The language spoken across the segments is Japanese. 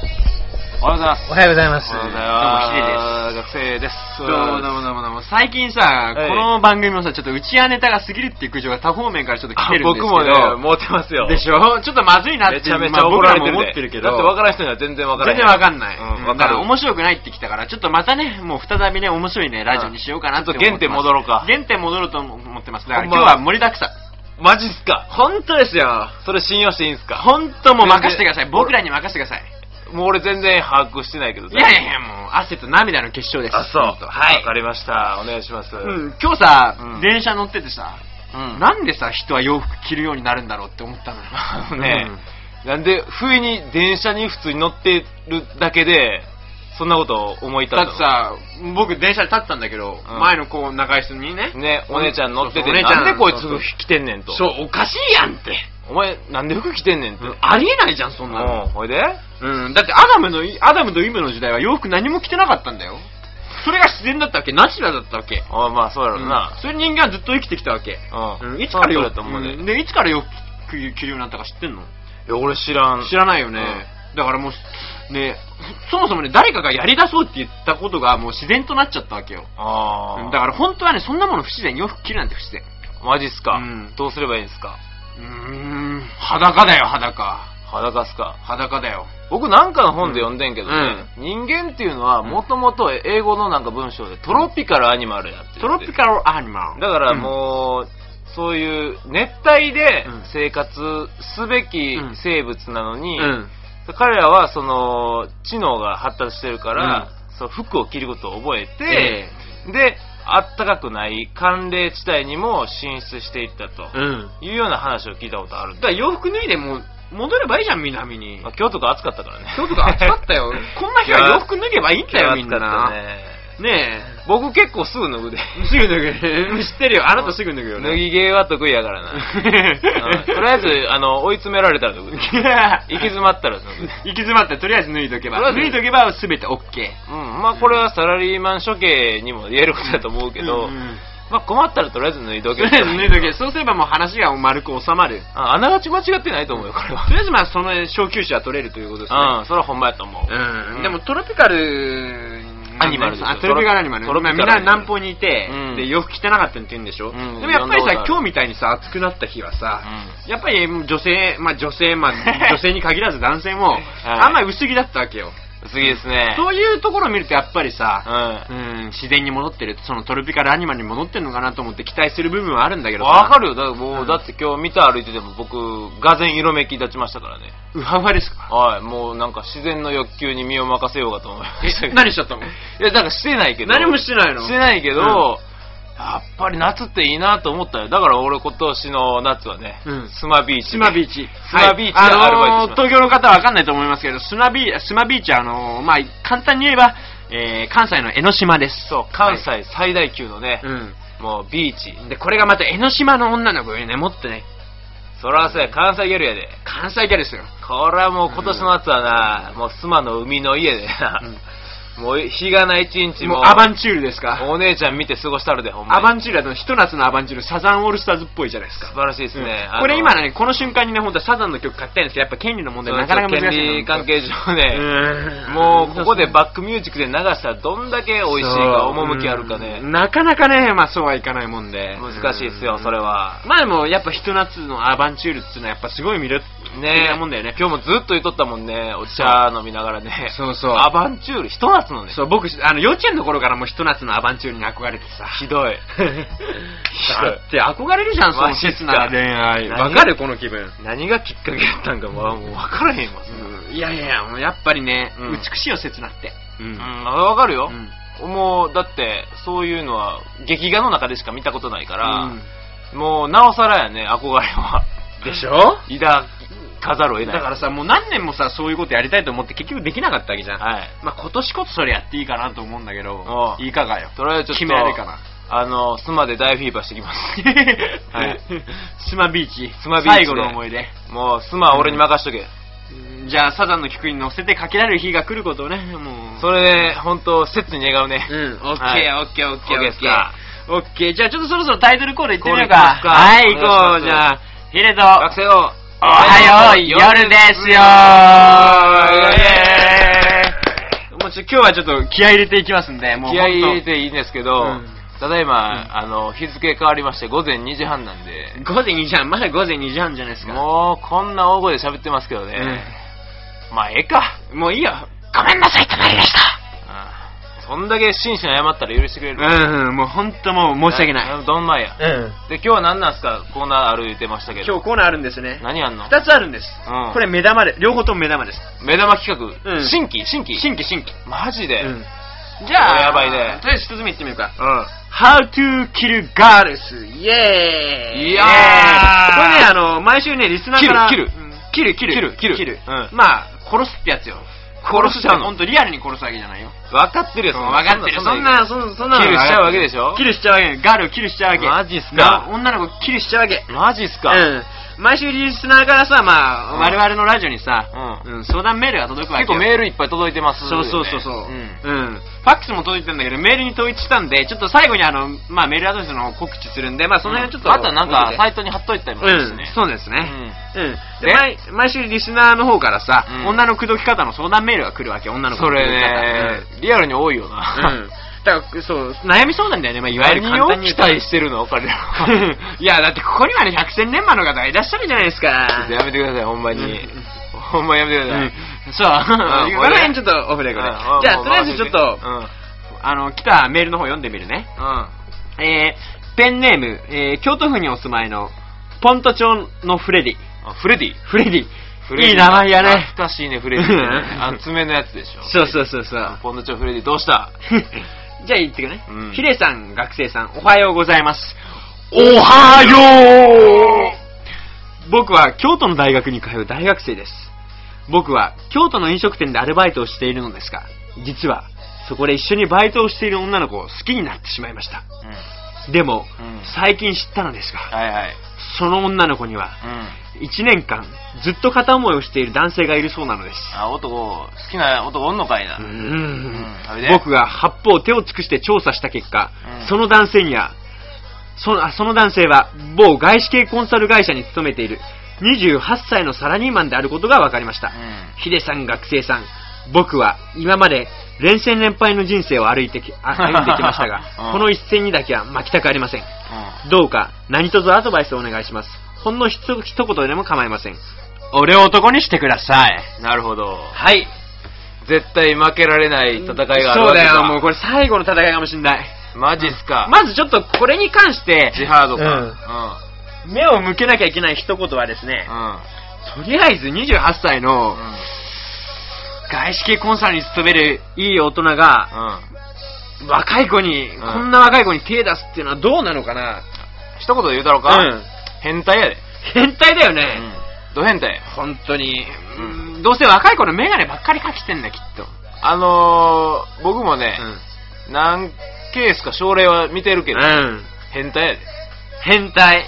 ございます。おはようございます。おはようございます。学生です。どうもどうもどうもどうも。最近さ、いこの番組もさ、ちょっと内輪ネタが過ぎるっていう苦情が多方面からちょっと来てるんですけ僕ど。もね、持ってますよ。でしょちょっとまずいなって、めちゃめちゃ怒られてるで。まあ僕らも思ってるけど。だって分からん人には全然分から全ん。然わかんない。うん、分かだらる。面白くないってきたから、ちょっとまたね、もう再びね、面白いね、ラジオにしようかなって思ってまうんす。ちょっと原点戻ろうか原点戻ろうと思ってます。だからほん今ま日は盛りだくさん。マジっすか本当ですよ。それ信用していいんすか本当もう任せてください。僕らに任せてください。もう俺全然把握してないけどいやいやいや、もう汗と涙の結晶です。あ、そう。本当はいわ。かりました。お願いします。うん、今日さ、うん電車乗っててさ、うんなんでさ、人は洋服着るようになるんだろうって思ったのよ。ね、なんで、不意に電車に普通に乗ってるだけで、そんなことを思い立だったってのさ、僕電車で立ってたんだけど、うん前のこう、長い人にね、ね、お姉ちゃん乗ってそうそて、うお姉ちゃなんんでこいつそうそう服着てんねんと。そう、おかしいやんって。お前、なんで服着てんねんって。ありえないじゃん、そんなうん、の。ほいでうん、だってアダムのい、アダムとイブの時代は洋服何も着てなかったんだよ。それが自然だったわけ、ナチュラルだったわけ。あまあ、そうやろううんな。それに人間はずっと生きてきたわけ。うんいつからそう洋だ服、と思うねうんで、いつから洋服着るようになったか知ってんのいや、俺知らん。知らないよね、だからもうねそもそもね誰かがやりだそうって言ったことがもう自然となっちゃったわけよあうんあ。だから本当はねそんなもの不自然洋服着るなんて不自然マジっすか、うんどうすればいいんすかうーん裸だよ裸裸っすか裸だよ僕なんかの本で読んでんけどね、う人間っていうのはもともと英語のなんか文章でトロピカルアニマルやってるってトロピカルアニマルだからもう、そういう熱帯でうん生活すべき生物なのうに、ん、うん彼らはその知能が発達してるから、そう服を着ることを覚えて、えであったかくない寒冷地帯にも進出していったと、えうんいうような話を聞いたことあるんでだから洋服脱いでもう戻ればいいじゃん南にまあ、今日とか暑かったからね。今日とか暑かった よこんな日は洋服脱げばいいんだよみんなねね。え僕結構すぐ脱ぐで。すぐ脱ぐ 知ってるよあなたすぐ脱ぐよね脱ぎ芸は得意やから な。うん とりあえず、あの、追い詰められたら脱ぐで。行き詰まったら脱ぐで。行き詰まったらとりあえず脱いとけばとりあえず脱いとけば全て OK うん、まあこれはサラリーマン処刑にも言えることだと思うけど、うんうんまあ困ったらとりあえず脱いどとけりあば。えず 脱いとけそうすればもう話が丸く収まるああながち間違ってないと思うよ、これは。とりあえずまあその昇級者は取れるということですねうん、それはほんまやと思う。うん、うんでもトロピカルアニマルでしょあトロピカルアニマルトロピカルまあみんな南方にいて、うんで洋服着てなかったって言うんでしょ、うんでもやいっぱりろんなことさある今日みたいにさ暑くなった日はさ、うやっぱり女性まあ女 性まあ女性に限らず男性も、あんまり薄着だったわけよ次ですね。そういうところを見るとやっぱりさ、うんう。ん、自然に戻ってる、そのトロピカルアニマルに戻ってるのかなと思って期待する部分はあるんだけどわかるるよ。だからもう、うんだって今日見て歩いてても僕、がぜん色めき立ちましたからね。ウハウハですかはい、もうなんか自然の欲求に身を任せようかと思いましたけえ、ど。何しちゃった のいや、だからしてないけど。何もしてないのしてないけど、うんやっぱり夏っていいなと思ったよ。だから俺今年の夏はね、うんスマビーチ。スマビーチ。スマビーチではいアルバあイのートしま東京の方はわかんないと思いますけど、スマビー、スマビーチはあのーまあ、簡単に言えば、えー、関西の江ノ島です。そう、関西最大級のね、うん。もうビーチ。で、これがまた江ノ島の女の子よね、もっとね、そらそうや、関西ギャルやで。関西ギャルですよ。これはもう今年の夏はな、もうスマの海の家でな、もう日がない一日ももうアバンチュールですかお姉ちゃん見て過ごしたるで、ほんまに。アバンチュールだと、ひと夏のアバンチュール、サザンオールスターズっぽいじゃないですか素。晴らしいですね。あのこれ今ね、この瞬間にね、本当はサザンの曲書きたいんですけど、やっぱ権利の問題なかなか難権利しいの。関係上ね、うんもうここでバックミュージックで流したらどんだけ美味しいか、趣あるかうね、んなかなかね、まあそうはいかないもんで。難しいですよ、それは。は。まあでも、やっぱひと夏のアバンチュールっていうのはやっぱすごい魅力的ねなもんだよね。今日もずっと言っとったもんね、お茶飲みながらね。そうそうアバンチュール、ひと夏のね。そう、僕、あの、幼稚園の頃からもうひと夏のアバンチュールに憧れてさ。ひどい。だって憧れるじゃん、その切な恋マジっ愛。すかわかるこの気分。何がきっかけやったんか、まあもう分からへんわ。うんいやいやいや、もうやっぱりね、うん美しいよ、切なって。ううん、分かるよう。んもう、だって、そういうのは、劇画の中でしか見たことないかうらん、もう、なおさらやね、憧れは。でしょ抱かざるを得ない。だからさ、もう何年もさ、そういうことやりたいと思って結局できなかったわけじゃん。はい。まあ今年こそそれやっていいかなと思うんだけどお、ういかがよ。とりあえずちょっと、決められるかな。あの、スマで大フィーバーしてきます。 はい。 スマビーチ。スマビーチで最後の思い出。もう、スマは俺に任しとけ。じゃあ、サザンの曲に乗せてかけられる日が来ることをね、もう。それで、本当切に願うね。うん、オッケはいー、オッケー、オッケー、 OK オでッすケかー。オッケー、じゃあちょっとそろそろタイトルコールいってみようか。コはールい、いきますか行こう、お願いしますじゃあ、ヒレと、学生を、おはよう、夜ですよイエーイの、ちょ今日はちょっと気合い入れていきますんで、もう。気合い入れていいんですけど、うんただいま、うんあの、日付変わりまして午前2時半なんで、午前2時半、まだ午前2時半じゃないですか。もうこんな大声で喋ってますけどね、まあええか、もういいよ。ごめんなさい、たまりでした。うんそんだけ真摯に謝ったら許してくれる、うん、うんもう本当もう申し訳ない。いどんまいやうん。で今日は何なんすかコーナー歩いてましたけど今日コーナーあるんですね。何やんの二つあるんです。うんこれ目玉で、両方とも目玉です。目玉企画、うん新規新規新規新規。マジで、うんじゃあやばいねとりあえず一つ目いってみようか。うん、 How to kill girls! イエーイいやーこれね、あの、毎週ね、リスナーから。キルキルうんキル、キル、キルキルうんまあ、殺すってやつよ。殺しちゃうの本当リアルに殺すわけじゃないよ。分かってるよ分かってる。そんな、そんな、そんなのキルしちゃうわけでしょキルしちゃうわけよ。ガールをキルしちゃうわけ。マジっすかな女の子キルしちゃうわけ。マジっすか、うん。毎週リスナーからさ、まあ、うん我々のラジオにさ、ううん、相談メールが届くわけ結よ。構メールいっぱい届いてますそようねそうそうそう。うんん。ファックスも届いてたんだけど、メールに統一したんで、ちょっと最後にあの、まあメールアドレスの告知するんで、まあその辺はちょっと、あとなんかサ最イトに貼っといたりもうするしんね、、そうですうね。んうん。でで、毎毎週リスナーの方からさ、うん女の口説き方の相談メールが来るわけ、女の口そ説きれね、方。リアルに多いようん。う な、ん。だから、そう、悩みそうなんだよね、まあいわゆる 何簡を単に言期うと。待してるの彼らは いや、だってここにはね、百戦錬磨の方がいらっしゃるじゃないですか。やめてくださいほんまに、うんほんまやめてください、そう。ん この辺ちょっとオフうでんこれ。うんじゃあ、もうとりあえずちょっとう、んうんあの、来たメールの方読んでみるね。えー、ペンネーム、えー、京都府にお住まいの、ポント町のフレディ。あフレディフレディ。フレディいい名前やね。懐かしいねフレディってねあの爪のやつでしょそうそうそうそう。 ポンドチョフレディどうしたじゃあ言ってくねうん。ヒデさん、学生さん、おはようございます。おはよう僕は京都の大学に通う大学生です。僕は京都の飲食店でアルバイトをしているのですが、実はそこで一緒にバイトをしている女の子を好きになってしまいました。うんでも、うん最近知ったのですが、はいはいその女の子にはうん1年間ずっと片思いをしている男性がいるそうなのです。あ男好きな男おんのかいな、うーうんんそれで僕が八方手を尽くして調査した結果、うんその男性にはそのあその男性は某外資系コンサル会社に勤めている28歳のサラリーマンであることが分かりました、ヒデさん学生さん僕は今まで連戦連敗の人生を歩いてきあ歩んできまし たうんが、この一戦にだけは負けたくありませんどうか何卒アドバイスをお願いしますほんのひと一言でも構いません俺を男にしてくださいうんなるほどはい絶対負けられない戦いがあるそうわけだかよ、もうこれ最後の戦いかもしんない。マジっすか、まずちょっとこれに関して、ジハードか、うん目を向けなきゃいけない一言はですね、とりあえず28歳うんのうん外資系コンサルに勤めるいい大人が、うん若い子に、んこんな若い子に手出すっていうのはどうなのかな一言言うだろうか、うん変態やで、変態だようね。ん、ど変態や本当に、うんどうせ若い子のメガネばっかりかけてんだ、きっと。あのー、僕もね、うん。何ケースか症例は見てるけど、うん変態やで、変態。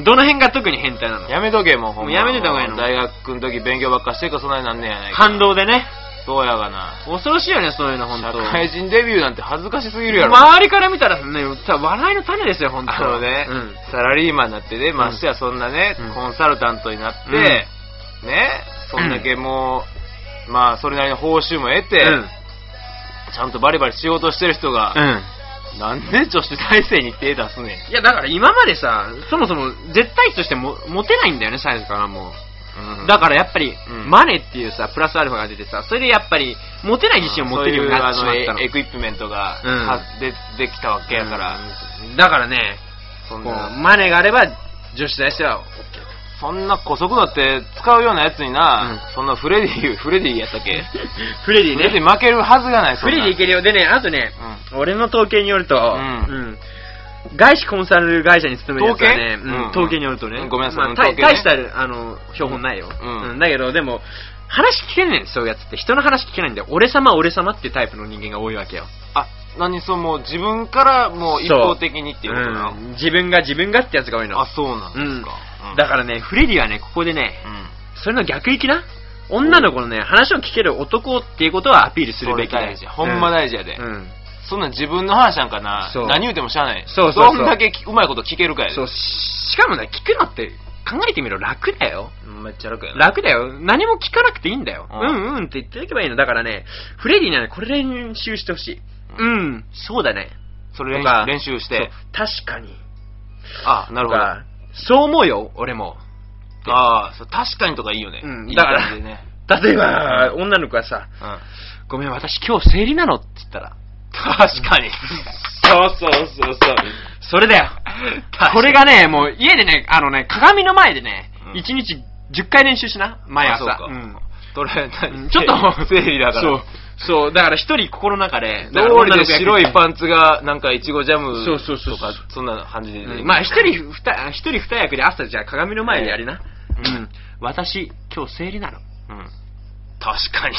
うどの辺が特に変態なのやめとけもうほんまもうやめといた方がいいの大学の時勉強ばっかしてるからそんなになんねんやないか反動でね。そうやがな恐ろしいよね、そういうの、本社当。会人デビューなんて恥ずかしすぎるやろ、周りから見たらね、た笑いの種ですよ、本当あのね、うんサラリーマンになってね、ましてやそんなね、うんコンサルタントになって、ね、そんだけもう、まあ、それなりの報酬も得て、うんちゃんとバリバリ仕事してる人が、うんなんで女子大生に手出すねん。いや、だから今までさ、そもそも絶対値としても持てないんだよね、サイズからもう。だら、からやっぱり、うんマネっていうさ、プラスアルファが出てさ、それでやっぱり、持てない自信を持てるようになってしまそうったのいうあのエエ。クイプメントが、うんはでできたわけやから、うんだからね、そこうんな、マネがあれば、女子大生 は、そんな古速度って使うようなやつにな、そんなフレディ、 フレディやったっけフレディフレデね。ィ負けるはずがない、そフんレなディいけるよ。でね、あとね、俺の統計によると、んうん外資コンサル会社に勤めるやつはね、統計うんうん統計によるとね、うんごめんなさいまあ、統計ね大大したあの標本ないよ、うんうんだけどでも話聞けないんですそういうやつって人の話聞けないんで俺様俺様っていうタイプの人間が多いわけよあ、何そう、もう自分からもう一方的にっていうことなの、うん自分が自分がってやつが多いのあ、そうなんですか。うんうんだからねフレディはねここでねうん。それの逆行きな女の子のね話を聞ける男っていうことはアピールするべきそれだ大事やほんま大事やで。うんうんそんなん自分の話なんかなそう、何言うてもしゃあない。そうそうそうどんだけきうまいこと聞けるかやで。そうししかもね聞くのって考えてみろ、楽だよ。めっちゃ楽やな。楽だよ。何も聞かなくていいんだよ。ううんんうんって言っていけばいいの。だからね、フレディにはね、これ練習してほしい。うん、そうだね。それ練とか習練習しそうて。確かに。あ、なるほど。とかそう思うよ、俺も。てああ、そう確かにとかいいよね。うんいいだから感じでね。例えば、う女の子がさ、うん。ごめん、私今日生理なのって言ったら、確かに。そうそうそうそう。それだよかに。これがね、もう家でね、あのね、鏡の前でね、うん一日10回練習しな、毎あ朝。そうかんとりあえうず、 んちょっと、整理だから。そう。そう、だから一人心の中で、どうりで白いンパンツが、なんか、いちごジャムそうそうそうとか、そんな感じで。まあ一人二、一人二役で朝じゃあ鏡の前でやりな。ううんん。私、今日生理なの。うん。確かに。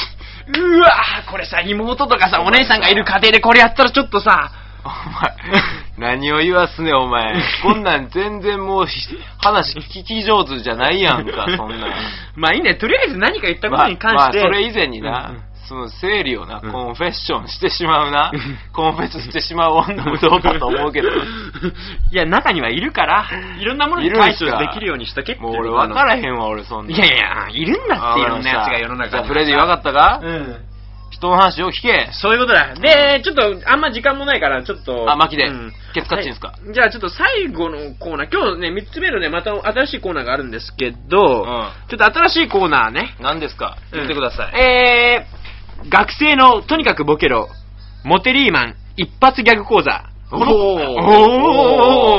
うわぁ、これさ、妹とかさ、お姉さんがいる家庭でこれやったらちょっとさ、お前、何を言わすね、お前。こんなん全然もうひ、話聞き上手じゃないやんか、そんなん。 まあいいね、とりあえず何か言ったことに関まあまあして。それ以前にうんうんな、その整理をな、うんコンフェッションしてしまうなうん、コンフェスしてしまう女もどうかと思 うけど、いや、中にはいるから、いろんなものに対処できるようにした結構。もう俺分からへんわ、俺そんな。いやいや、いるんだあー、っていろんなやつが世のじゃ中にあはフレディ分かったかうん。人の話を聞け。そういうことだ。で、ちょっと、あんま時間もないから、ちょっと。あ、巻きでうん。ケツカッチンですか。はいじゃあちょっと最後のコーナー、今日ね、3つ目のね、また新しいコーナーがあるんですけど、うんちょっと新しいコーナーね。何ですか言ってください。えー、学生のとにかくボケろ、モテリーマン一発ギャグ講座。おこの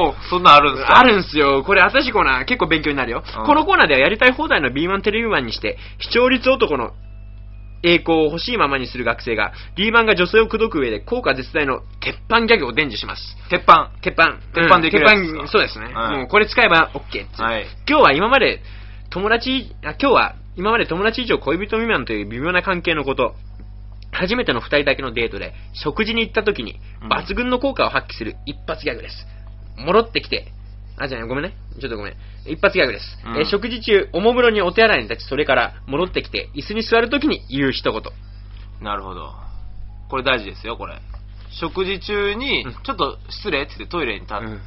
おおーそんなんあるんですかあるんすよ。これ新しいコーナー結構勉強になるよ。うんこのコーナーではやりたい放題の B1 テレビマンにして、視聴率男の栄光を欲しいままにする学生が、リーマンが女性を口説く上で効果絶大の鉄板ギャグを伝授します。鉄板。鉄板。鉄板できるやつですか鉄板そうですね。はいもうこれ使えば OK っていう。はい今日は今まで友達、あ今日は今まで友達以上恋人未満という微妙な関係のこと、初めての二人だけのデートで食事に行った時にうん抜群の効果を発揮する一発ギャグです。戻ってきて、あ、じゃあごめんね。ちょっとごめん。一発ギャグです。うんえー食事中、おもむろにお手洗いに立ち、それから戻ってきて、椅子に座る時に言う一言。なるほど。これ大事ですよ、これ。食事中にうん、ちょっと失礼って言ってトイレに立って、うん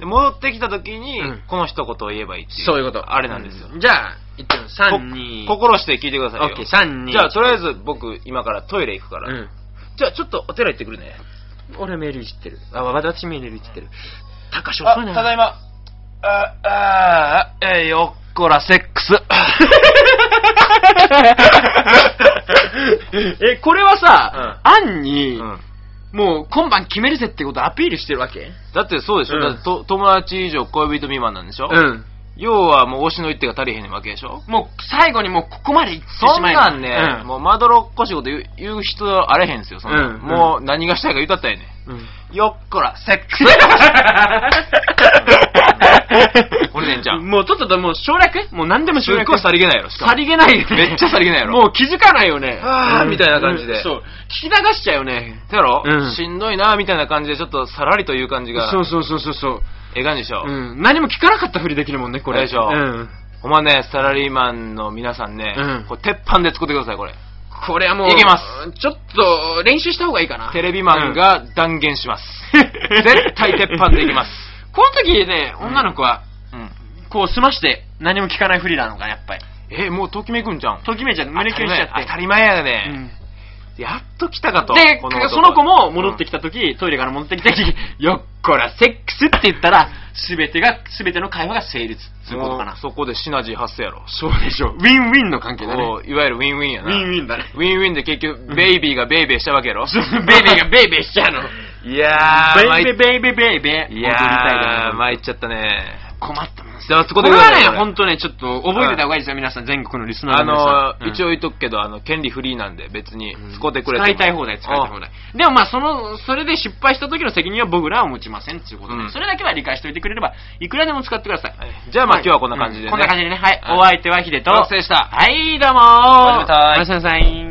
で戻ってきた時に、うんこの一言を言えばいいっていう。そういうこと。あれなんですよ。うじゃあ、いってみます。こ3、2、心して聞いてくださいよ。オッケー3 2じゃあ、とりあえず僕、今からトイレ行くから。うん。じゃあ、ちょっとお寺行ってくるね。俺メールいじってる。あ、私メールいじってる。たかしあ遅いな。ただいま。あ、あ、えーよっこら、セックス。 え、これはさ、アンうに、んもう今晩決めるぜってことをアピールしてるわけだってそうでしょ、うんだってと友達以上恋人未満なんでしょ、ん。要はもう推しの一手が足りへんわけでしょもう最後にもうここまで行ってしそんまえなんね、うんもうまどろっこしいこと言う言う人あれへんすよ、そんなん、うんもう何がしたいか言うたったらえ うえんねん。よっこら、セックス これでええんちゃうもうちょっともう省略もう何でもす省っ略ごいさりげないやろ、しかもさりげないよね。めっちゃさりげないやろもう気づかないよね。あーみたいな感じでうんそう。聞き流しちゃうよね。だろ、うんしんどいな、みたいな感じで、ちょっとさらりという感じが、そうそうそうそうそう。ええ感じでしょ、うん。何も聞かなかったふりできるもんね、これ。でしょうん。ほんまね、サラリーマンの皆さんね、うんこれ鉄板で作ってください、これ。これはもう。いけまちょっと、練習した方がいいかな。テレビマンが断言します。 絶対鉄板でいきます。 この時ね、女の子は、うんこう、済まして、何も聞かないふりなのか、やっぱり。え、もうときめくんじゃん。ときめいちゃって、胸キュンしちゃって。当たり前やうね、んやっと来たかと。でこ男、その子も戻ってきた時、トイレから戻ってきた時、 よっこら、セックスって言ったら、すべてが、すべての会話が成立することかもなう。そこでシナジー発生やろ。そうでしょう。ウィンウィンの関係だね。こういわゆるウィンウィンやウな。ィンウィンだね。ウィンウィンで結局、ベイビーがベイベーしたわけやろ。ベイベーがベイベーしちゃうの。いやー、参ベイっベーベイベーベイベー。い本当に痛いやけー、ど参っちゃったね。困ったもんですじゃあ、そここれではね、ほ本当ね、ちょっと覚えてた方がいいですよ、皆さん、全国のリスナーあの皆のさん。うん一応言っとくけど、あの、権利フリーなんで、別に、使ってくれても使いたい放題、使いたい放題。でもまあ、その、それで失敗した時の責任は僕らは持ちませんっていうことうんで、それだけは理解しておいてくれれば、いくらでも使ってください。はいじゃあまあ今日はこんな感じでねうんこんな感じでね、はい。はいお相手はヒデと、学生でしたはい、どうもおやすみなさいおやすみなさい。